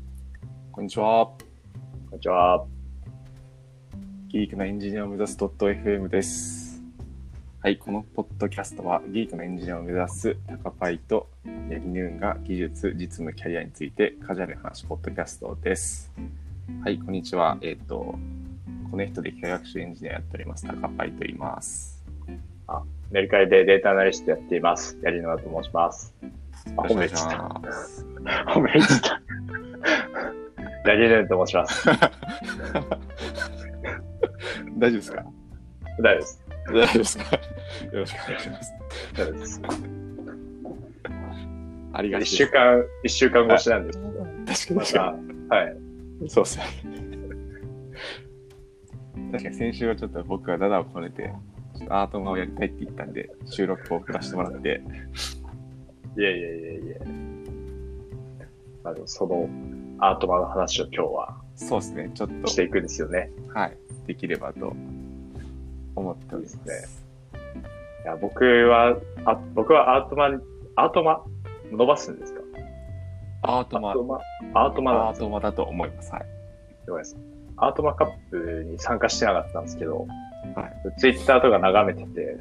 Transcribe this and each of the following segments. んにちは。こんにちは。ギークなエンジニアを目指す .fm です。はい、このポッドキャストは、ギークなエンジニアを目指すタカパイとヤギヌーンが技術、実務、キャリアについてカジュアルに話すポッドキャストです。はい、こんにちは。えっ、と、コネクトで機械学習エンジニアやっております、タカパイと言います。メルカリでデータアナリストやっています。ヤリノワと申します。あ、よろしくお褒願めいちしゃった。ます。褒めちゃった。ヤリヌーンと申します。 大丈夫ですか大丈夫です。大丈夫ですかよろしくお願いします。大丈夫です。ありがとう一週間、一週間越しなんです。確かにま確かにた、はい。そうっすね。確かに先週はちょっと僕がダダをこねて、ちょっとアートマをやりたいって言ったんで、収録を送らせてもらって、いやいやいやいや。まあでもそのアートマンの話を今日はそうですね、ちょっしと、ていくんですよね。はい、できればと思っております。そうですいや僕は、あ僕はアートマン、アートマン伸ばすんですかアートアマー、トマン、アートマンなんアでートマだと思います。はい。すごいです。アートマンカップに参加してなかったんですけど、はツイッターとか眺めてて、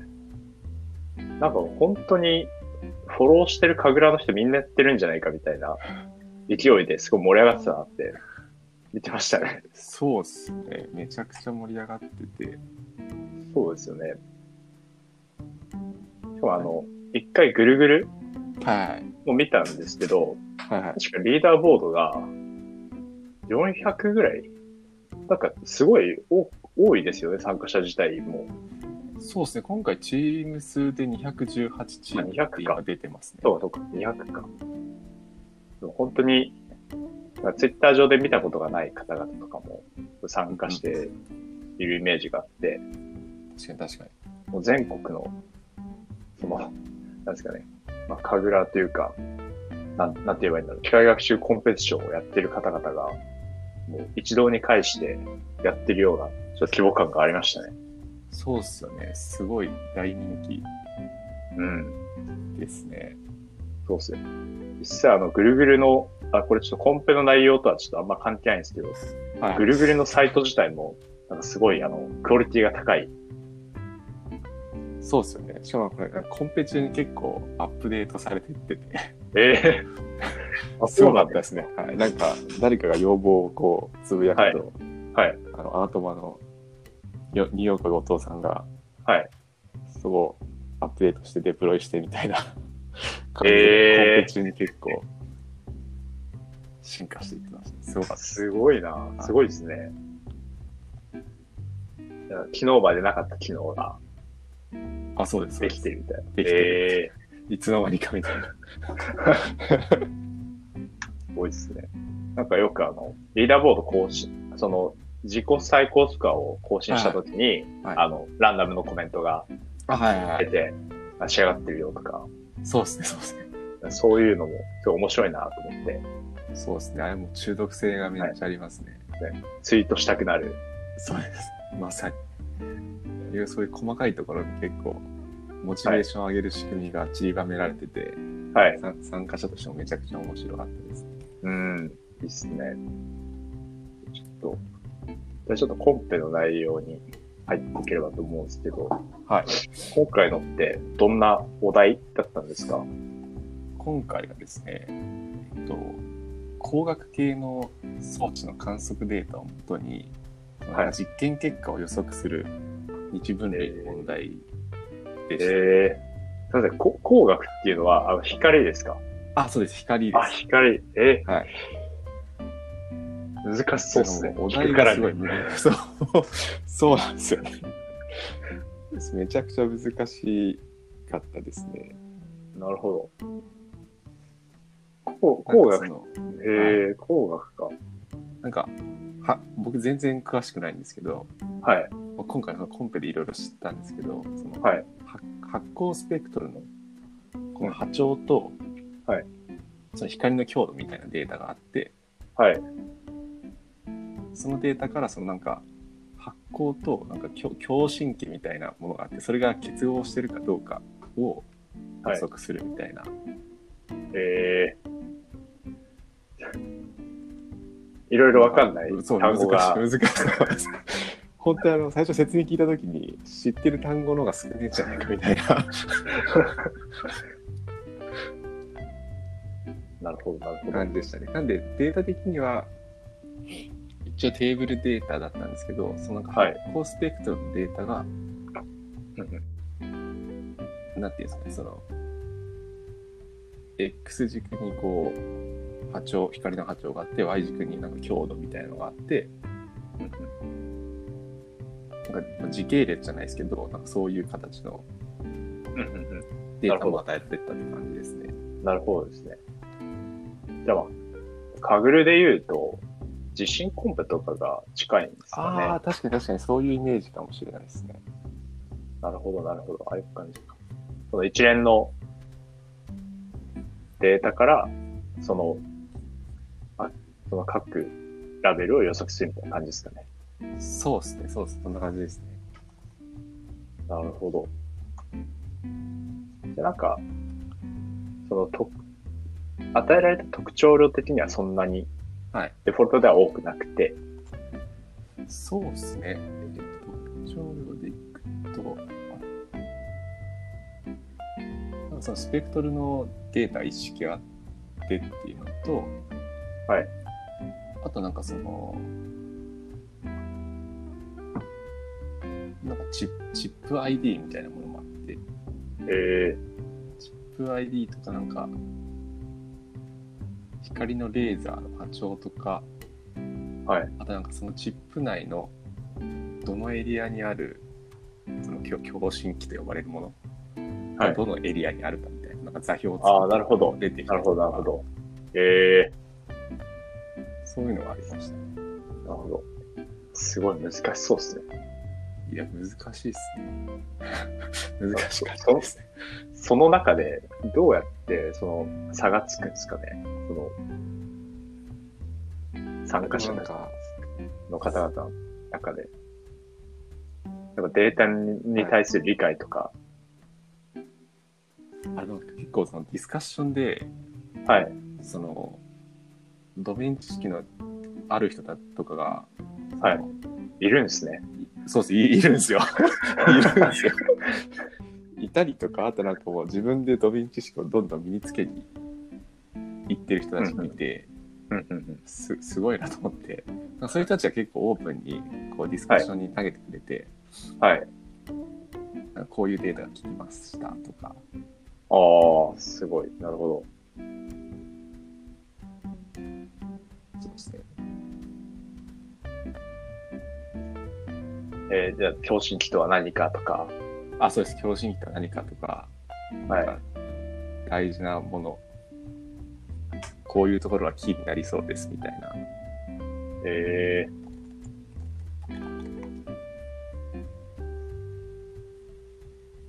なんか本当にフォローしてる神楽の人みんなやってるんじゃないかみたいな勢いですごい盛り上がってたなって見てましたね。そうですね、めちゃくちゃ盛り上がってて、そうですよね。しかもあの、一回ぐるぐるはい。も見たんですけど、はいはい。確かリーダーボードが400ぐらいなんかすごい多多いですよね、参加者自体も。そうですね、今回チーム数で218チームって今出てますね。そうか、そうか、200か。でも本当に、ツイッター上で見たことがない方々とかも参加しているイメージがあって、確かに確かに。もう全国の、その、なんですかね、まあ、神楽というか、なん、なんて言えばいいんだろう、機械学習コンペティションをやってる方々が、もう一堂に会してやってるような、ちょっと規模感がありましたね。そうっすよね、すごい大人気うん。ですね。そうっすよ。実際あの、ぐるぐるの、あ、これちょっとコンペの内容とはちょっとあんま関係ないんですけど、はい、ぐるぐるのサイト自体も、なんかすごい、あの、クオリティが高い。そうですよね。しかもこれ、コンペ中に結構アップデートされてってて、ええあ、すそごうなかんった。だですね。 はい、なんか、誰かが要望をこう、つぶやくと、 はいはいあの、アートマのよニューヨークのお父さんが、はい。そこをアップデートしてデプロイしてみたいな感じコンえーペ中に結構、進化していってましたね。すごかったです。すごいな。すごいですね。いや昨日までなかった機能があ、そうです。できてるみたいな。できてるええいつの間にかみたいな。すごいですね。なんかよくあの、リーダーボード更新、その、自己最高スコアを更新したときに、はいあの、ランダムのコメントがあ、はいはいは出い。て、あ仕上がってるよとか、そうですね、そうですね。そういうのも、すごい面白いなと思って、そうですね。あれも中毒性がめっちゃありますね。ツイートしたくなる。そうです。まさに。いやそういう細かいところに結構、モチベーションを上げる仕組みが散りばめられてて、はい。さ参加者としてもめちゃくちゃ面白かったです。うん、いいっすね。ちょっと、じゃあちょっとコンペの内容に入っていければと思うんですけど、はい。今回のってどんなお題だったんですか今回がですね、えっと、光学系の装置の観測データをもとに、はい実験結果を予測する日分類の問題でしえた。えー、すいません、こ光学っていうのは、あの光ですかあ、そうです。光であ、す。光、えー、はい難しそうですね。お題聞くかがらすにごい難 しい。そう、そうなんですよね。めちゃくちゃ難しかったですね。なるほど。光光学、なんかそのええー、光学か。なんかは、僕全然詳しくないんですけど、はい。まあ今回のコンペでいろいろ知ったんですけど、そのはいは発光スペクトルのこの波長と、はいその光の強度みたいなデータがあって、はい。そのデータからそのなんか発光となんか共共振器みたいなものがあってそれが結合してるかどうかを予測するみたいな、ええいろいろわかんないそう、単難しい、語が難しい。本当にあの、最初説明聞いたときに、知ってる単語の方が少ないんじゃないかみたいな。なるほど、なるほど。感じでしたね。なんで、データ的には、一応テーブルデータだったんですけど、そのなんか、はい高スペクトルのデータが、なんていうんですかね、その、X 軸にこう、波長、光の波長があって、Y 軸になんか強度みたいなのがあって、なんかまあ時系列じゃないですけど、なんかそういう形のうんうんうんうデータなるほども与えてったって感じですね。んなるほどですね。じゃあまあ、カグルで言うと、地震コンペとかが近いんですかあねあ、。確かに確かにそういうイメージかもしれないですね。なるほど、なるほど。ああいう感じか。その一連のデータから、その、あ、その各ラベルを予測するみたいな感じですかね。そうですね、そうですね、そんな感じですね。なるほど。で、なんか、その、と、与えられた特徴量的にはそんなに、はいデフォルトでは多くなくて、そうですね。えっと、調量でいくと、あなんかそのスペクトルのデータ一式あってっていうのと、はい。あとなんかその、なんかチップチップ ID みたいなものもあって、えチップ ID とかなんか、光のレーザーの波長とか、はい。あとなんかそのチップ内のどのエリアにある、その共共振器と呼ばれるものはがいどのエリアにあるかみたいな、なんか座標をああ、な作るほどっ。て出てきなたるりほとど、なるかほ、ど。ええそういうのがありましたね。なるほど。すごい難しそうですね。いや、難しいっす ね。難しかったですね。その中で、どうやって、その、差がつくんですかね。その、参加 者なたんちか、の方々の中で、やっぱデータに対する理解とか、あれなんか結構そのディスカッションで、はい。その、ドメイン知識のある人だとかが、はいいるんですね。そうです、いい るん ですよ。いるんですよ。いたりとか、あとなんかもう自分でドビン知識をどんどん身につけにいってる人たち見て、うんうんうん。すすごいなと思って、なんかそういう人たちは結構オープンにこうディスカッションに投げてくれて、はい。なんかこういうデータが聞きましたとか、ああ、すごい。なるほそうですね。ど。えー、じゃあ、共振器とは何かとか、あ、そうです、共振器とは何かとか、はい。大事なもの、こういうところはキーになりそうですみたいな。ええ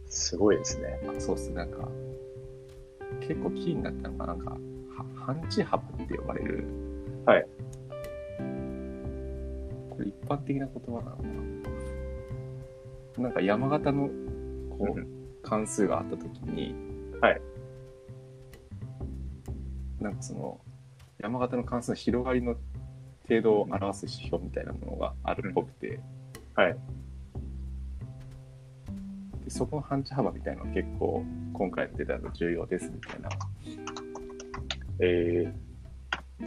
すごいですね。あそうっすなんか結構キーになったのがなんかは半地幅って呼ばれるはいこれ一般的な言葉なのかななんか山形のこうう関数があった時にはいなんかその山形の関数の広がりの程度を表す指標みたいなものがあるっぽくて、うんはいでそこの半地幅みたいなの結構今回のデータだと重要ですみたいなええ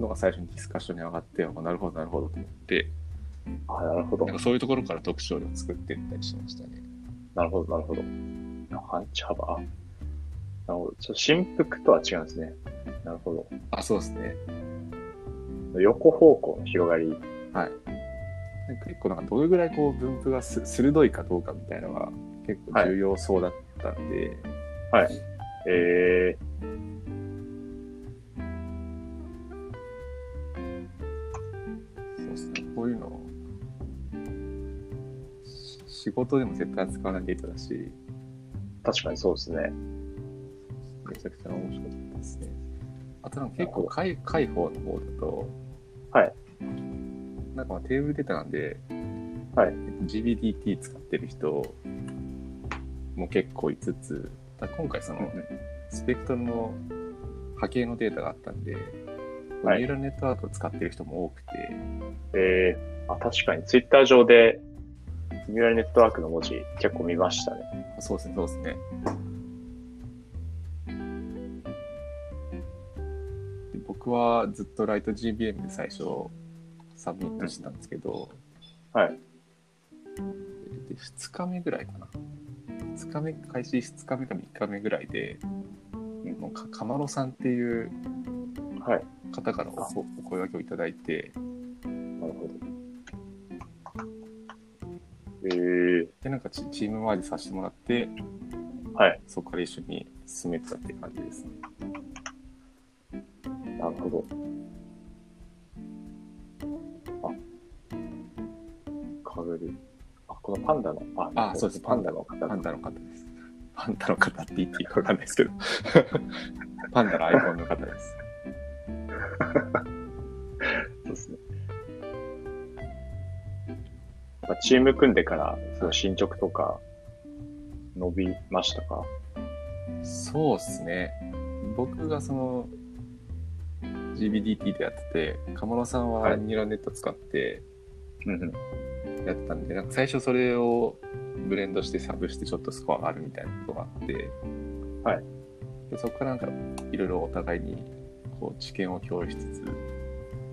のが最初にディスカッションに上がってあなるほどなるほどと思ってあ、なるほどなん。かそういうところから特徴量を作っていったりしましたねなるほど、なるほど。半地幅。あなるほど。ちょ振幅とは違うんですね。なるほあそうですねど。横方向の広がり。はいで結構なんかどれぐらいこう分布がす鋭いかどうかみたいなのが結構重要そうだったんで、ええそうですねこういうのをし仕事でも絶対使わないデータだし確かにそうですね。めちゃくちゃ面白かったですね。あとなんか結構解解放の方だと、はい。なんかまあテーブルデータなんで、はいえっと GBDT 使ってる人も結構いつつ、だから今回そのスペクトルの波形のデータがあったんで、構ニはいューラルネットワークを使ってる人も多くて、えー、あ、確かに、ツイッター上で、ニューラルネットワークの文字結構見ましたね。そうですね、そうですね。で僕はずっとライト GBM で最初サブミットしたんですけど、はい。で2日目ぐらいかな。2日目、開始2日目か3日目ぐらいで、もうかかまろさんっていうはい。方からおこお声掛けをいただいて、なるほど。えー、で、なんかチチーム周りさせてもらって、はい。そこから一緒に進めてたっていう感じですね。なるほど。あ、かぶる。あ、このパンダの、ああそうですパンダの方パンダの方です。パンダの方って言っていいかわかんないですけ ど。パンダのアイコンの方です。そうですね。やっぱチーム組んでから、その進捗とか、伸びましたかそうですね。僕がその GBDT でやってて、鴨野さんははいニューラルネット使ってうんうん。やってたんで、なんか最初それをブレンドしてサブしてちょっとスコアがあるみたいなことがあって、はいでそこからなんかいろいろお互いにこう知見を共有しつつ、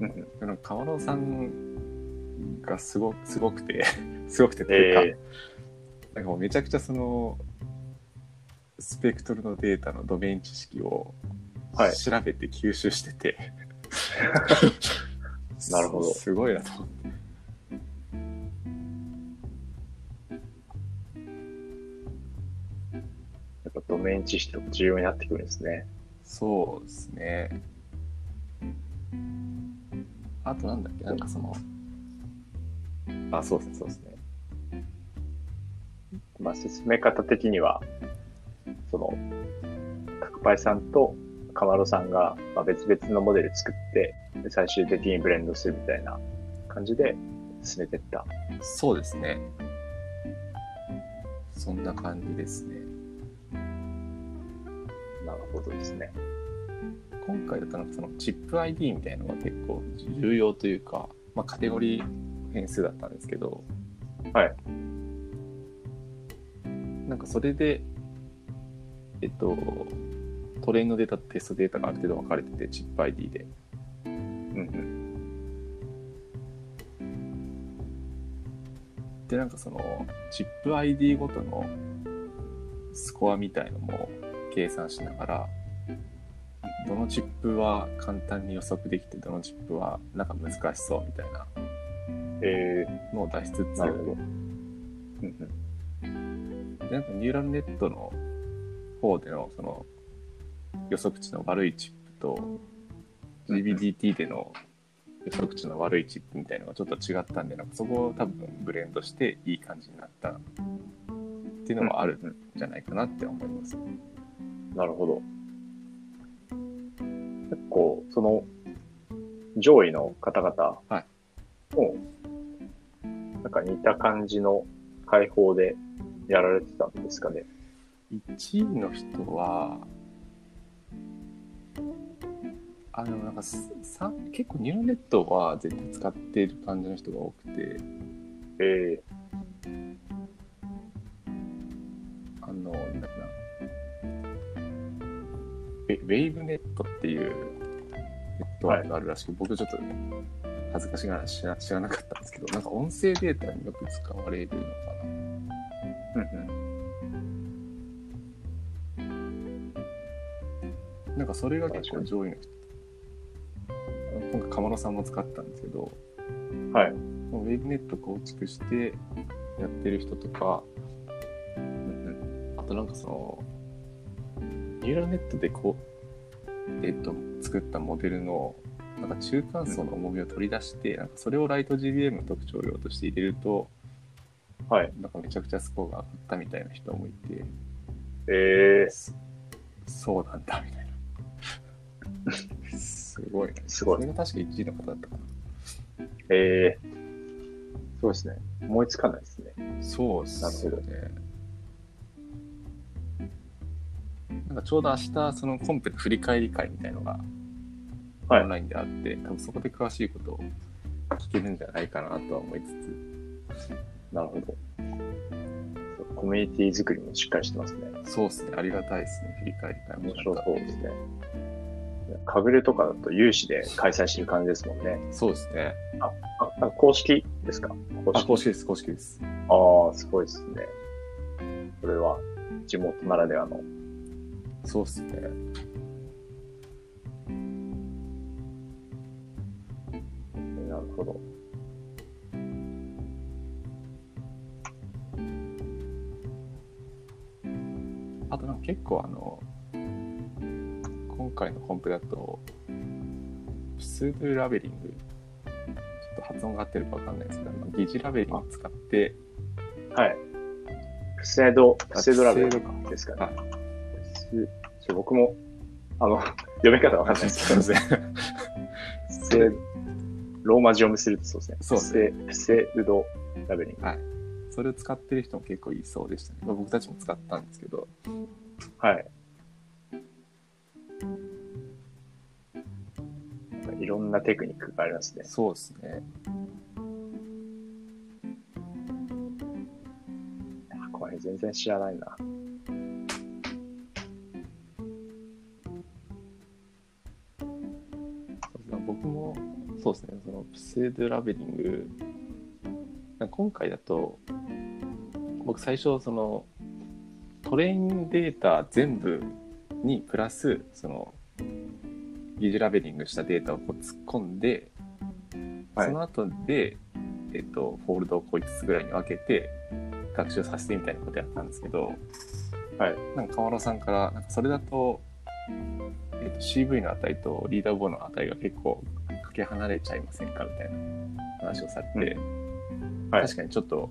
うんうんでもなんか鴨野さんがすごすごくて、 すごくてというか、えなんかもうめちゃくちゃそのスペクトルのデータのドメイン知識をはい調べて吸収してて、なるほどすす ごいなと思ってーやっぱドメイン知識とか重要になってくるんですね。そうですねあとなんだっけなんかそのあそうですねそうですねまあ、進め方的には、その、角パイさんとカマロさんが、まあ、別々のモデル作って、で最終的にブレンドするみたいな感じで進めてった。そうですねそんな感じですねなるほどですね。今回だったらそのチップ ID みたいなのが結構重要というか、まあ、カテゴリー変数だったんですけどはいなんかそれでえっとトレインのデータとテストデータがある程度分かれててチップ ID でうんうん。でなんかそのチップ ID ごとのスコアみたいのも計算しながらどのチップは簡単に予測できてどのチップはなんか難しそうみたいなえのを出しつー、つなるほど。うんうん。なんかニューラルネットの方でのその予測値の悪いチップと GBDT での予測値の悪いチップみたいなのがちょっと違ったんでなんかそこを多分ブレンドしていい感じになったっていうのもあるんうんじゃないかなって思います。なるほど。結構、その、上位の方々はいも、なんか似た感じの解放でやられてたんですかね。 1位の人はあのなんかすさ結構ニューラルネットは絶対使っている感じの人が多くてええあの、なんだっけな。ウェウェイブネットっていうネットワークがあるらしく、僕ちょっと恥ずかしがら知ら知らなかったんですけど、なんか音声データによく使われるのかな。なんかそれが結構上位の人。今回、鎌野さんも使ったんですけど、はい。もうウェイブネット構築してやってる人とか、あとなんかその、ニューラルネットでこう、えっと、作ったモデルの、なんか中間層の重みを取り出して、なんかそれをライト GBM の特徴量として入れると、はい。なんかめちゃくちゃスコアが上がったみたいな人もいて、ええそそうなんだ、みたいな。すごいな。すごそいれが確か1位の方だったかええそうですね。思いつかないですね。な。そうっなるすほよどね。なんかちょうど明日、そのコンペの振り返り会みたいのがはいオンラインであって、多分そこで詳しいことを聞けるんじゃないかなとは思いつなるほど。そうコミュニティ作りもしっかりしてますね。つ、そうですね、ありがたいですね、振り返り会面も白そうですね。いやかぐれとかだと有志で開催してる感じですもんね。そうですね。あ、なんか公式ですか公あ、式。公式です、公式です。ああ、すごいですね。これは地元ならではの。そうですね。なるほど。あとなんか結構あの、今回の本譜だと、プスドゥラベリング、ちょっと発音が合ってるかわかんないですけど、あの疑似ラベリングを使って、はい。プセド、プセドラベプセルドかですかはね。プセちょ僕も、あの、 読み方わかんないですけど、すいません。プセローマ字読みするとそうですね。そうですねプセプセドラベリング。 それを使ってる人も結構いそうでしたね。まあ僕たちも使ったんですけど、はい。なんかいろんなテクニックがありますね。そうですね。この辺全然知らないな。そうですね僕も、そうですね、そのプセドゥラベリング、なんか今回だと、僕最初、その、トレインデータ全部にプラス、その、疑似ラベリングしたデータをこう突っ込んで、はいその後で、えっと、フォールドをこう5つぐらいに分けて、学習させてみたいなことやったんですけど、はい。なんか、河原さんから、なんか、それだと、えっと CV の値とリーダーボードの値が結構かけ離れちゃいませんかみたいな話をされて、はい確かにちょっと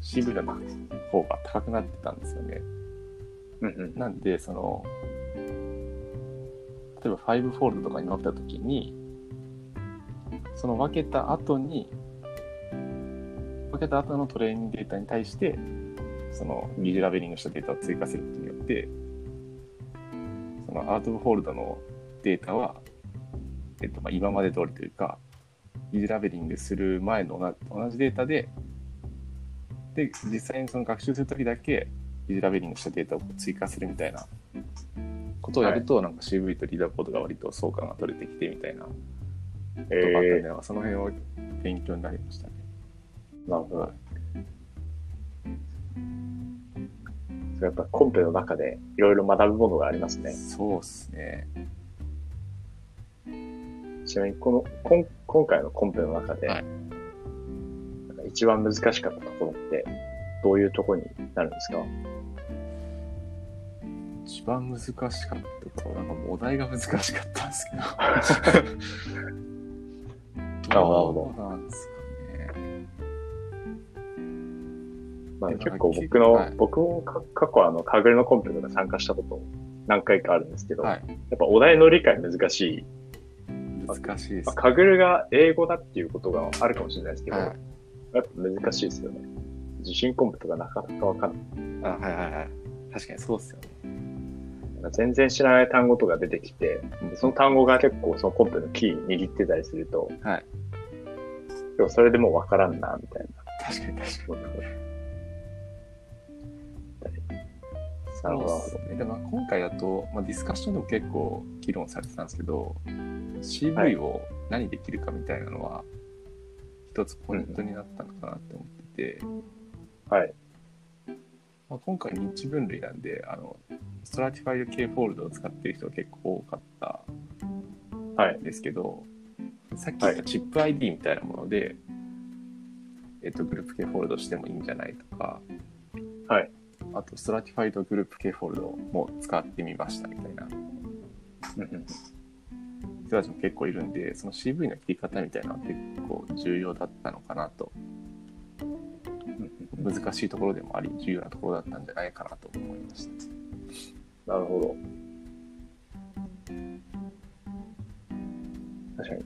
CV の方が高くなってたんですよね。うんうん。なんで、その、例えば5フォールドとかに分けたときに、その分けた後に、分けた後のトレーニングデータに対して、その疑似ラベリングしたデータを追加することによって、そのアウトフォールドのデータは、えっと、まあ今まで通りというか、疑似ラベリングする前の同同じデータで、で、実際にその学習するときだけ、リラベリングしたデータを追加するみたいなことをやると、なんか CV とリーダーボードが割と相関が取れてきてみたいなことえがあったんで、ー、なんかその辺は勉強になりましたね。なるほど。それやっぱコンペの中でいろいろ学ぶものがありますね。そうですね。ちなみにこのこん今回のコンペの中で、はいなんか一番難しかったところってどういうところになるんですか 一番難しかったところ、なんかもうお題が難しかったんですけど。なるほどうなんですかね。まあ、でも結構なんか僕の、はい僕もか過去あの、カグレのコンペとか参加したこと何回かあるんですけど、はいやっぱお題の理解難しい。難しいですまあ、ね。カグルが英語だっていうことがあるかもしれないですけど、はいやっぱ難しいですよね。自信コンペとかなかなかわかんない。あはいはいはい。確かにそうですよね。なんか全然知らない単語とか出てきて、うんその単語が結構そのコンペのキー握ってたりすると、はい。でもそれでもうわからんな、みたいな。確かに確かに。なるほどそうですね。でも今回だと、まあ、ディスカッションでも結構議論されてたんですけど、はい CV を何できるかみたいなのは、一つポイントになったのかなって思ってて、はい。まあ、今回ニッチ分類なんで、あの、ストラティファイド系フォールドを使ってる人が結構多かったはい。ですけど、さっき言ったチップ ID みたいなもので、えっと、グループ系フォールドしてもいいんじゃないとか、はい。あと、ストラティファイドグループ系フォールドも使ってみましたみたいなうんうん人たちも結構いるんで、その CV の切り方みたいなのは結構重要だったのかなと、難しいところでもあり、重要なところだったんじゃないかなと思いました。なるほど。確かに。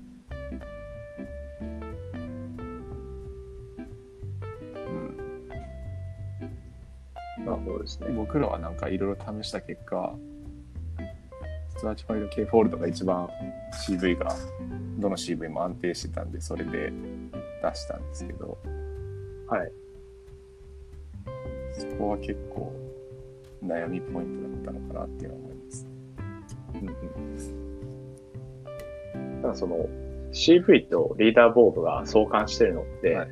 うん、まあそうですでね。僕らはなんかいろいろ試した結果、 18ファイル K フォールドが一番 CV が、どの CV も安定してたんで、それで出したんですけど、はい。そこは結構悩みポイントだったのかなっていうのは思います。ただその CV とリーダーボードが相関してるのって、はい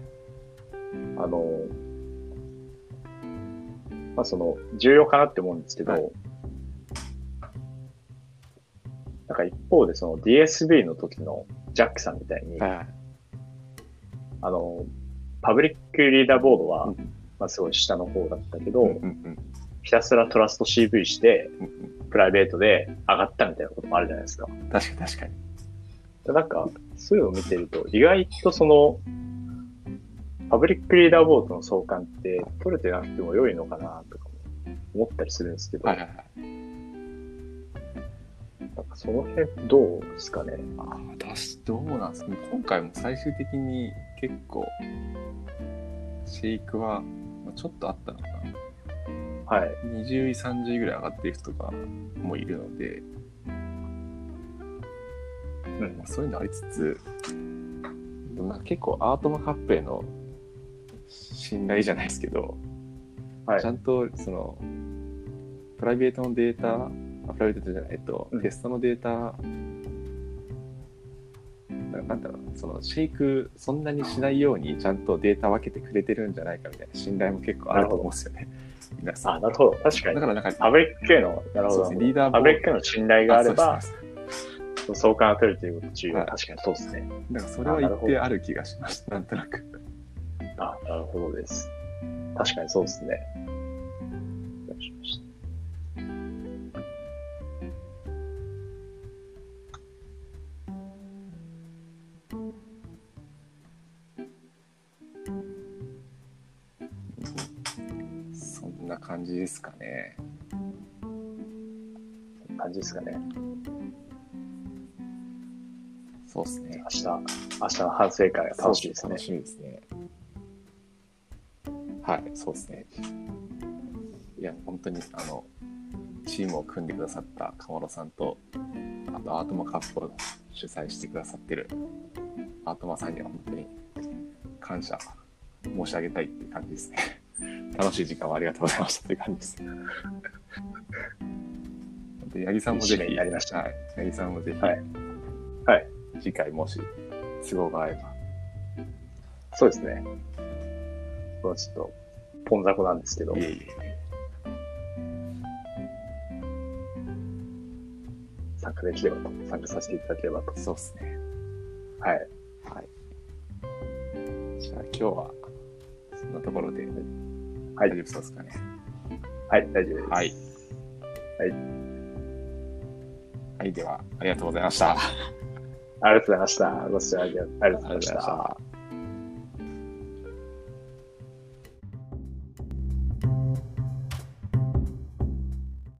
あの、まあその重要かなって思うんですけど、はいなんか一方でその DSB の時のジャックさんみたいに、はい。あの、パブリックリーダーボードは、うんまあすごい下の方だったけど、うんうんひたすらトラスト CV して、うんうんプライベートで上がったみたいなこともあるじゃないですか。うん。確かに確かに。なんか、そういうのを見てると、意外とその、パブリックリーダーボードの相関って取れてなくても良いのかなとかも思ったりするんですけど、はいはいはい。なんかその辺どうですかね。あ私どうなんですか今回も最終的に結構シェイクはまあちょっとあったのかはい。な20位30位ぐらい上がってる人とかもいるので、うんまあ、そういうのありつつでもなんか結構アートマカップへの信頼じゃないですけど、はいちゃんとそのプライベートのデータあプライベートじゃない、えっとうんテストのデータななんだろうそのシェイクそんなにしないようにちゃんとデータ分けてくれてるんじゃないかみたいな信頼も結構あると思うんですよね皆さあ、んなるほど。確かだにか。らなんかパブリック系の、なるほそうどですねリーダーボードパブリックへの信頼があればあ、そうですそうです相関が取れるということ重要。はい確かにそうですね。だからそれはあなる一ほ定どある気がしましたなんとなくあ、なるほどです。確かにそうですね。よしよしそんな感じですかね感じですかね。そうですね明日、明日の反省会が楽しいですね楽。しみですね。はい、そうですね。いや、本当に、あの、チームを組んでくださった鎌野さんと、あと、アートマカップを主催してくださってるアートマさんには本当に感謝申し上げたいっていう感じですね。 楽しい時間をありがとうございましたという感じです。本当に八木さんもぜいい締めひ、になりましたはい、八木さんもぜひ、はいはい次回もし都合が合えばそうですね。これはちょっと、ポンザコなんですけどい、えいえ。参加できればと、参加させていただければと。そうですね。はい。はい。じゃあ今日は、そんなところで、は大い丈夫そうですかね。はい、大丈夫です。はい。はい、では、ありがとうございました。あありがとうございました。ご視聴ありがとうございました。た。